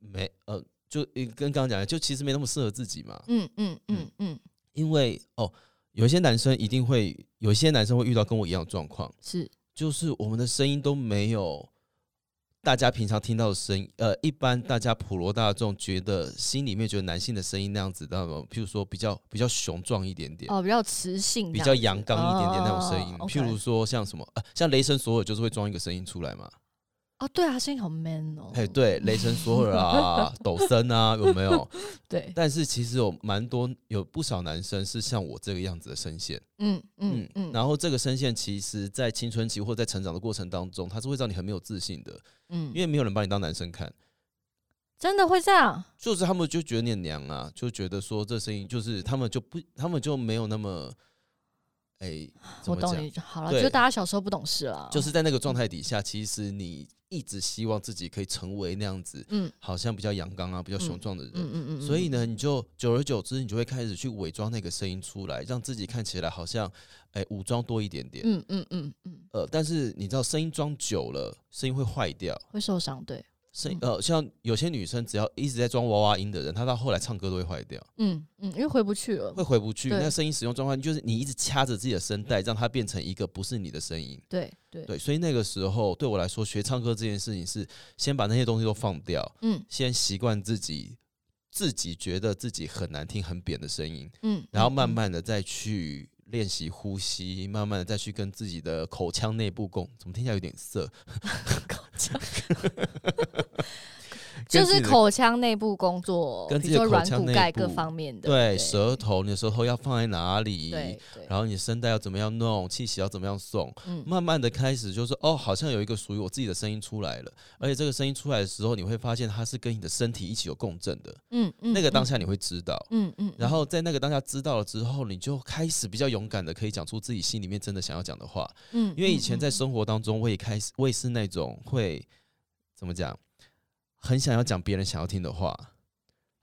Speaker 1: 没呃，就呃跟刚刚讲的，就其实没那么适合自己嘛。
Speaker 2: 嗯嗯嗯嗯，
Speaker 1: 因为哦，有一些男生一定会，有一些男生会遇到跟我一样的状况，
Speaker 2: 是
Speaker 1: 就是我们的声音都没有大家平常听到的声音，呃，一般大家普罗大众觉得心里面觉得男性的声音那样子，那种，譬如说比较比较雄壮一点点。
Speaker 2: 哦，比较磁性这
Speaker 1: 比
Speaker 2: 样子，
Speaker 1: 较阳刚一点点那种声音
Speaker 2: 哦，，OK
Speaker 1: 譬如说像什么，呃、像雷神索尔就是会装一个声音出来嘛，
Speaker 2: 哦，对啊，声音好 man 哦。
Speaker 1: 哎，对，雷神索尔啊，抖森啊，有没有？
Speaker 2: 对，
Speaker 1: 但是其实有蛮多，有不少男生是像我这个样子的声线，
Speaker 2: 嗯嗯
Speaker 1: 嗯
Speaker 2: 嗯，
Speaker 1: 然后这个声线其实，在青春期或在成长的过程当中，它是会让你很没有自信的，
Speaker 2: 嗯，
Speaker 1: 因为没有人把你当男生看，
Speaker 2: 真的会这样，
Speaker 1: 就是他们就觉得你很娘啊，就觉得说这声音就是他们就不，他们就没有那么，哎、怎
Speaker 2: 我
Speaker 1: 么
Speaker 2: 懂
Speaker 1: 讲
Speaker 2: 你？。嗯好了，
Speaker 1: 对
Speaker 2: 就大家小时候不懂事啦，
Speaker 1: 就是在那个状态底下，其实你一直希望自己可以成为那样子，
Speaker 2: 嗯
Speaker 1: 好像比较阳刚啊，比较雄壮的人。
Speaker 2: 嗯嗯嗯，
Speaker 1: 所以
Speaker 2: 嗯，
Speaker 1: 呢，你就久而久之，你就会开始去伪装那个声音出来，让自己看起来好像，哎、武装多一点点。
Speaker 2: 嗯嗯嗯嗯，
Speaker 1: 呃，但是你知道，声音装久了，声音会坏掉。
Speaker 2: 会受伤，对，
Speaker 1: 声音呃，像有些女生只要一直在装娃娃音的人，她到后来唱歌都会坏掉，
Speaker 2: 嗯嗯，因为回不去了
Speaker 1: 会，回不去。
Speaker 2: 对
Speaker 1: 那声音使用状况就是你一直掐着自己的声带，让它变成一个不是你的声音。
Speaker 2: 对对，
Speaker 1: 对，所以那个时候对我来说，学唱歌这件事情是先把那些东西都放掉，
Speaker 2: 嗯
Speaker 1: 先习惯自己自己觉得自己很难听、很扁的声音，
Speaker 2: 嗯，
Speaker 1: 然后
Speaker 2: 嗯
Speaker 1: 慢，慢的再去练习呼吸，慢慢的再去跟自己的口腔内部共，怎么听起来有点 涩？
Speaker 2: 嗯
Speaker 1: 跟
Speaker 2: 就
Speaker 1: 自己
Speaker 2: 是
Speaker 1: 的
Speaker 2: 口腔内部工作，
Speaker 1: 跟
Speaker 2: 比
Speaker 1: 自己
Speaker 2: 如
Speaker 1: 的
Speaker 2: 说
Speaker 1: 口
Speaker 2: 软
Speaker 1: 腔
Speaker 2: 骨
Speaker 1: 内
Speaker 2: 盖各
Speaker 1: 部
Speaker 2: 方面的，
Speaker 1: 对，舌头，你的舌头要放在哪里？
Speaker 2: 对对，
Speaker 1: 然后你的声带要怎么样弄，气息要怎么样送，
Speaker 2: 嗯
Speaker 1: 慢慢的开始就是哦，好像有一个属于我自己的声音出来了，而且这个声音出来的时候，你会发现它是跟你的身体一起有共振的，
Speaker 2: 嗯嗯，
Speaker 1: 那个当
Speaker 2: 嗯，
Speaker 1: 下你会知道，
Speaker 2: 嗯嗯，
Speaker 1: 然
Speaker 2: 嗯
Speaker 1: 后在那个当下知道了之后，你就开始比较勇敢的可以讲出自己心里面真的想要讲的话，
Speaker 2: 嗯，
Speaker 1: 因为以
Speaker 2: 嗯
Speaker 1: 前
Speaker 2: 嗯
Speaker 1: 在
Speaker 2: 嗯
Speaker 1: 生活当中，我也开始我也是那种会怎么讲，很想要讲别人想要听的话，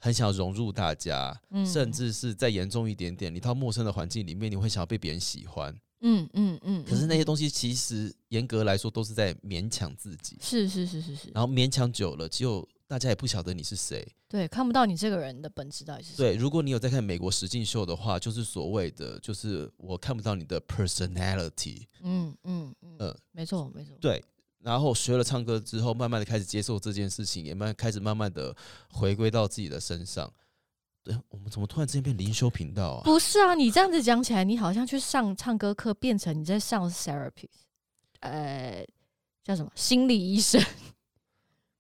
Speaker 1: 很想要融入大家，
Speaker 2: 嗯
Speaker 1: 甚至是再严重一点点，你到陌生的环境里面，你会想要被别人喜欢。
Speaker 2: 嗯嗯嗯，
Speaker 1: 可是
Speaker 2: 嗯
Speaker 1: 那些东西其实严格来说都是在勉强自己，
Speaker 2: 是是是是是，
Speaker 1: 然后勉强久了，就大家也不晓得你是谁。
Speaker 2: 对，看不到你这个人的本质到底是什么，
Speaker 1: 对，如果你有在看美国实境秀的话，就是所谓的就是我看不到你的 personality。
Speaker 2: 嗯嗯嗯，
Speaker 1: 呃
Speaker 2: 没错没错，
Speaker 1: 对，然后学了唱歌之后，慢慢的开始接受这件事情，也慢开始慢慢的回归到自己的身上。对，我们怎么突然之间变灵修频道啊？
Speaker 2: 不是啊，你这样子讲起来，你好像去上唱歌课，变成你在上 therapy，呃，叫什么心理医生？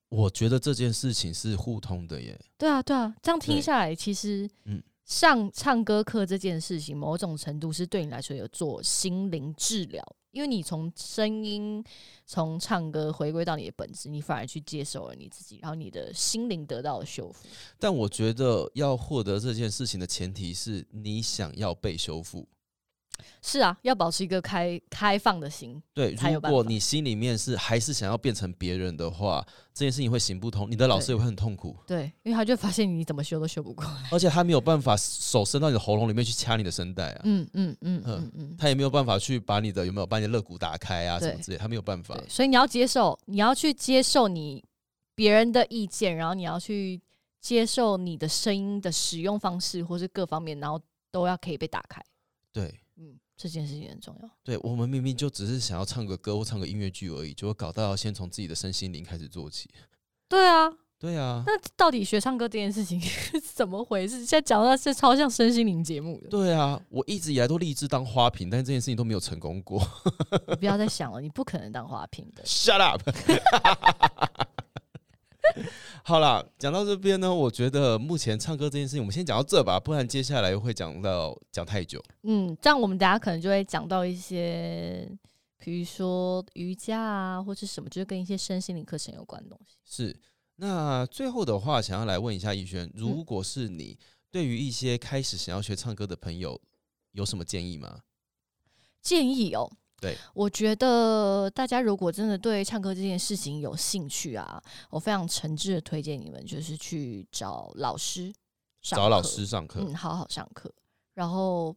Speaker 1: 我觉得这件事情是互通的耶。
Speaker 2: 对啊，对啊，这样听
Speaker 1: 对
Speaker 2: 下来，其实
Speaker 1: 嗯
Speaker 2: 上唱歌课这件事情，某种程度是对你来说有做心灵治疗，因为你从声音、从唱歌回归到你的本质，你反而去接受了你自己，然后你的心灵得到了修复。
Speaker 1: 但我觉得要获得这件事情的前提是你想要被修复。
Speaker 2: 是啊，要保持一个开开放的心。
Speaker 1: 对，
Speaker 2: 才有
Speaker 1: 如
Speaker 2: 办
Speaker 1: 果
Speaker 2: 法
Speaker 1: 你心里面是还是想要变成别人的话，这件事情会行不通，你的老师
Speaker 2: 对
Speaker 1: 也会很痛苦，
Speaker 2: 对，因为他就发现你怎么修都修不过来。
Speaker 1: 而且他没有办法手伸到你的喉咙里面去掐你的声带啊，
Speaker 2: 嗯嗯嗯嗯
Speaker 1: 嗯
Speaker 2: 嗯，
Speaker 1: 他也没有办法去把你的有没有把你的肋骨打开啊什么
Speaker 2: 对
Speaker 1: 之类，他没有办法
Speaker 2: 对，。所以你要接受，你要去接受你别人的意见，然后你要去接受你的声音的使用方式，或是各方面，然后都要可以被打开。
Speaker 1: 对，
Speaker 2: 嗯，这件事情很重要。
Speaker 1: 对我们明明就只是想要唱个歌或唱个音乐剧而已，结果搞到先从自己的身心灵开始做起。
Speaker 2: 对啊，
Speaker 1: 对啊，
Speaker 2: 那到底学唱歌这件事情 是怎么回事？现在讲到这超像身心灵节目的，
Speaker 1: 对啊，我一直以来都立志当花瓶，但这件事情都没有成功过。
Speaker 2: 你不要再想了，你不可能当花瓶的。
Speaker 1: Shut up 好啦，讲到这边呢，我觉得目前唱歌这件事情，我们先讲到这吧，不然接下来会讲到讲太久。
Speaker 2: 嗯，这样我们大家可能就会讲到一些，比如说瑜伽啊，或是什么，就是跟一些身心灵课程有关的东西。
Speaker 1: 是，那最后的话，想要来问一下逸轩，如果是你对于一些开始想要学唱歌的朋友，有什么建议吗？
Speaker 2: 建议哦。
Speaker 1: 对，
Speaker 2: 我觉得大家如果真的对唱歌这件事情有兴趣啊，我非常诚挚的推荐你们，就是去找老师上课，
Speaker 1: 找老师上课。
Speaker 2: 嗯，好好上课，然后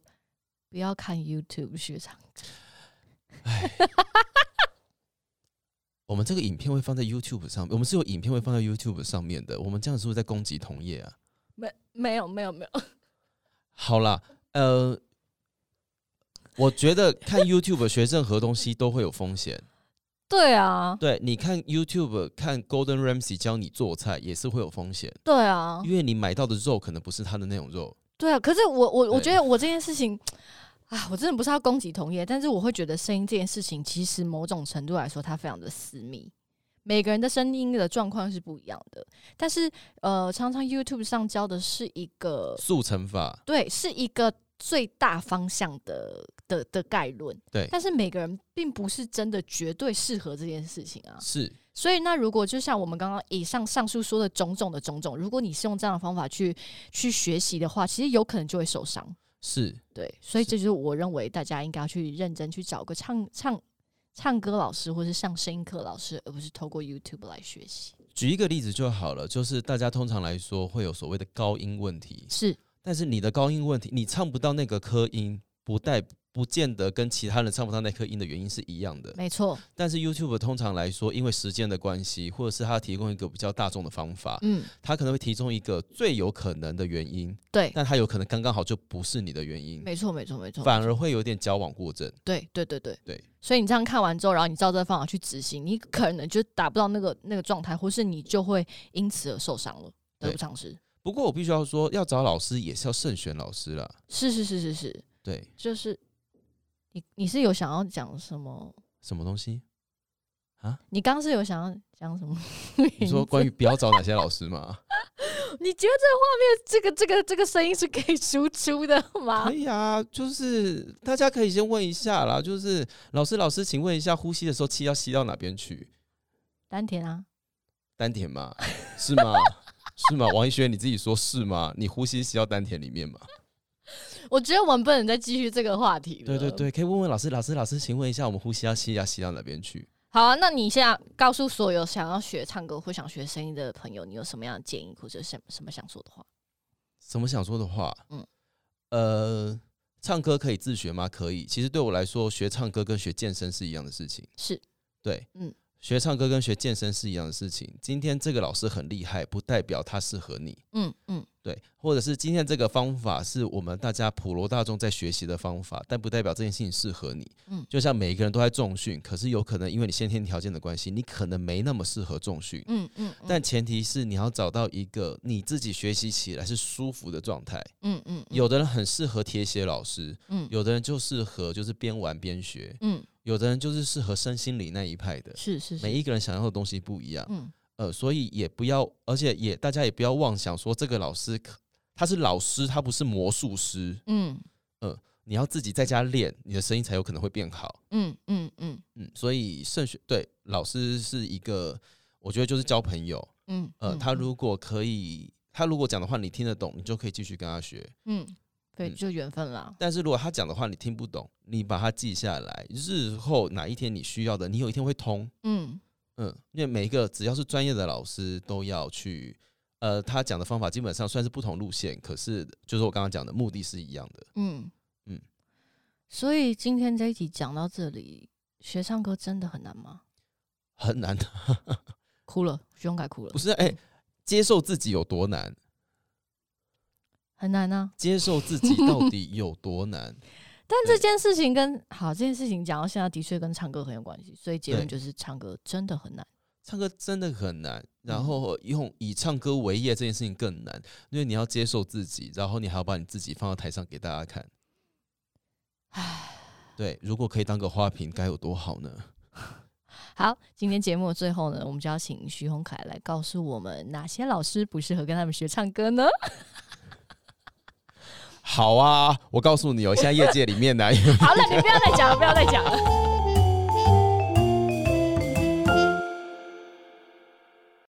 Speaker 2: 不要看 YouTube 学唱歌。
Speaker 1: 我们这个影片会放在 YouTube 上面，我们是有影片会放在 YouTube 上面的。我们这样是不是在攻击同业啊？
Speaker 2: 没没有没有没有，
Speaker 1: 好啦，呃，我觉得看 YouTube 学任何东西都会有风险。
Speaker 2: 对啊，
Speaker 1: 对，你看 YouTube 看 Golden Ramsy 教你做菜也是会有风险，
Speaker 2: 对啊，
Speaker 1: 因为你买到的肉可能不是他的那种肉。
Speaker 2: 对啊。可是我我我
Speaker 1: 对
Speaker 2: 觉得我这件事情。啊，我真的不是要攻击同业，但是我会觉得声音这件事情，其实某种程度来说，它非常的私密。每个人的声音的状况是不一样的。但是呃，常常 YouTube 上教的是一个
Speaker 1: 速成法，
Speaker 2: 对，是一个最大方向的的的概论。
Speaker 1: 对
Speaker 2: 但是每个人并不是真的绝对适合这件事情啊。
Speaker 1: 是
Speaker 2: 所以，那如果就像我们刚刚以上上述说的种种的种种，如果你是用这样的方法去去学习的话，其实有可能就会受伤。
Speaker 1: 是，
Speaker 2: 对，所以
Speaker 1: 是
Speaker 2: 这就是我认为大家应该要去认真去找个唱唱唱歌老师，或是上声音课老师，而不是透过 YouTube 来学习。
Speaker 1: 举一个例子就好了，就是大家通常来说会有所谓的高音问题，
Speaker 2: 是
Speaker 1: 但是你的高音问题，你唱不到那个科音，不带不见得跟其他人唱不到那颗音的原因是一样的。
Speaker 2: 没错，
Speaker 1: 但是 YouTube 通常来说，因为时间的关系，或者是它提供一个比较大众的方法，
Speaker 2: 嗯，
Speaker 1: 它可能会提供一个最有可能的原因，
Speaker 2: 对，
Speaker 1: 但它有可能刚刚好就不是你的原因，
Speaker 2: 没错，没错，没错，
Speaker 1: 反而会有点矫枉过正。
Speaker 2: 对，对，对，对，
Speaker 1: 对。
Speaker 2: 所以你这样看完之后，然后你照这个方法去执行，你可能就达不到那个那个状态，或是你就会因此而受伤了，得
Speaker 1: 对
Speaker 2: 不偿失。
Speaker 1: 不过我必须要说，要找老师也是要慎选老师啦。
Speaker 2: 是是是是是，
Speaker 1: 对，
Speaker 2: 就是你你是有想要讲什么？
Speaker 1: 什么东 西？？
Speaker 2: 你刚刚是有想要讲什么
Speaker 1: 你说关于不要找哪些老师吗？
Speaker 2: 你觉得这个画面，这个这个这个声音是可以输出的吗
Speaker 1: 可？以啊，就是大家可以先问一下啦，就是老师，老师，请问一下，呼吸的时候气要吸到哪边去？
Speaker 2: 丹田啊，
Speaker 1: 丹田吗？ 是吗？是吗？王一轩，你自己说是吗？你呼吸吸到丹田里面吗？
Speaker 2: 我觉得我们不能再继续这个话题了。
Speaker 1: 对啊对。对，可以问问老师，老师，老师，请问一下，我们呼吸要吸要吸到哪边去？
Speaker 2: 好啊，那你现在告诉所有想要学唱歌或想学声音的朋友，你有什么样的建议或者什什么想说的话？
Speaker 1: 什么想说的话？嗯
Speaker 2: 嗯，
Speaker 1: 呃，唱歌可以自学吗？可以。其实对我来说，学唱歌跟学健身是一样的事情。
Speaker 2: 是
Speaker 1: 对，嗯
Speaker 2: 嗯，
Speaker 1: 学唱歌跟学健身是一样的事情。今天这个老师很厉害，不代表他适合你。
Speaker 2: 嗯嗯，
Speaker 1: 对，或者是今天这个方法是我们大家普罗大众在学习的方法，但不代表这件事情适合你。嗯
Speaker 2: 嗯，
Speaker 1: 就像每一个人都在重训，可是有可能因为你先天条件的关系，你可能没那么适合重训。
Speaker 2: 嗯嗯，
Speaker 1: 但前提是你要找到一个你自己学习起来是舒服的状态。
Speaker 2: 嗯嗯
Speaker 1: 有的人很适合铁血老师，
Speaker 2: 嗯
Speaker 1: 有的人就适合就是边玩边学，
Speaker 2: 嗯
Speaker 1: 有的人就是适合身心理那一派的。
Speaker 2: 是是
Speaker 1: 每
Speaker 2: 是
Speaker 1: 一个人想要的东西不一样。
Speaker 2: 嗯
Speaker 1: 呃，所以也不要，而且也大家也不要妄想说这个老师可他是老师，他不是魔术师，
Speaker 2: 嗯
Speaker 1: 你要自己在家练，你的声音才有可能会变好。
Speaker 2: 嗯嗯嗯
Speaker 1: 嗯，所以慎选对老师是一个，我觉得就是交朋友。
Speaker 2: 嗯
Speaker 1: 呃，
Speaker 2: 嗯
Speaker 1: 他
Speaker 2: 嗯
Speaker 1: 如果可以，他如果讲的话你听得懂，你就可以继续跟他学；
Speaker 2: 嗯，对，
Speaker 1: 嗯
Speaker 2: 就缘分啦。
Speaker 1: 但是如果他讲的话你听不懂，你把它记下来，日后哪一天你需要的，你有一天会通。
Speaker 2: 嗯，
Speaker 1: 嗯，因为每一个只要是专业的老师都要去，呃，他讲的方法基本上算是不同路线，可是就是我刚刚讲的目的是一样的。
Speaker 2: 嗯
Speaker 1: 嗯
Speaker 2: 嗯，所以今天这一集讲到这里，学唱歌真的很难吗？
Speaker 1: 很难的，
Speaker 2: 哭了，徐勇改哭了
Speaker 1: 不，是哎、接受自己有多难，
Speaker 2: 很难啊。
Speaker 1: 接受自己到底有多难？
Speaker 2: 但这
Speaker 1: 对
Speaker 2: 件事情跟好这件事情讲到现在，的确跟唱歌很有关系，所以结论
Speaker 1: 对
Speaker 2: 就是唱歌真的很难。
Speaker 1: 唱歌真的很难，然后用以唱歌为业这件事情更难，因为你要接受自己，然后你还要把你自己放到台上给大家看。对，如果可以当个花瓶，该有多好呢？
Speaker 2: 好，今天节目的最后呢，我们就要请徐宏凯来告诉我们哪些老师不适合跟他们学唱歌 呢？
Speaker 1: 好啊，我告诉你哦，现在业界里面呢，有啊
Speaker 2: 好了，你不要再讲了，不要再讲了。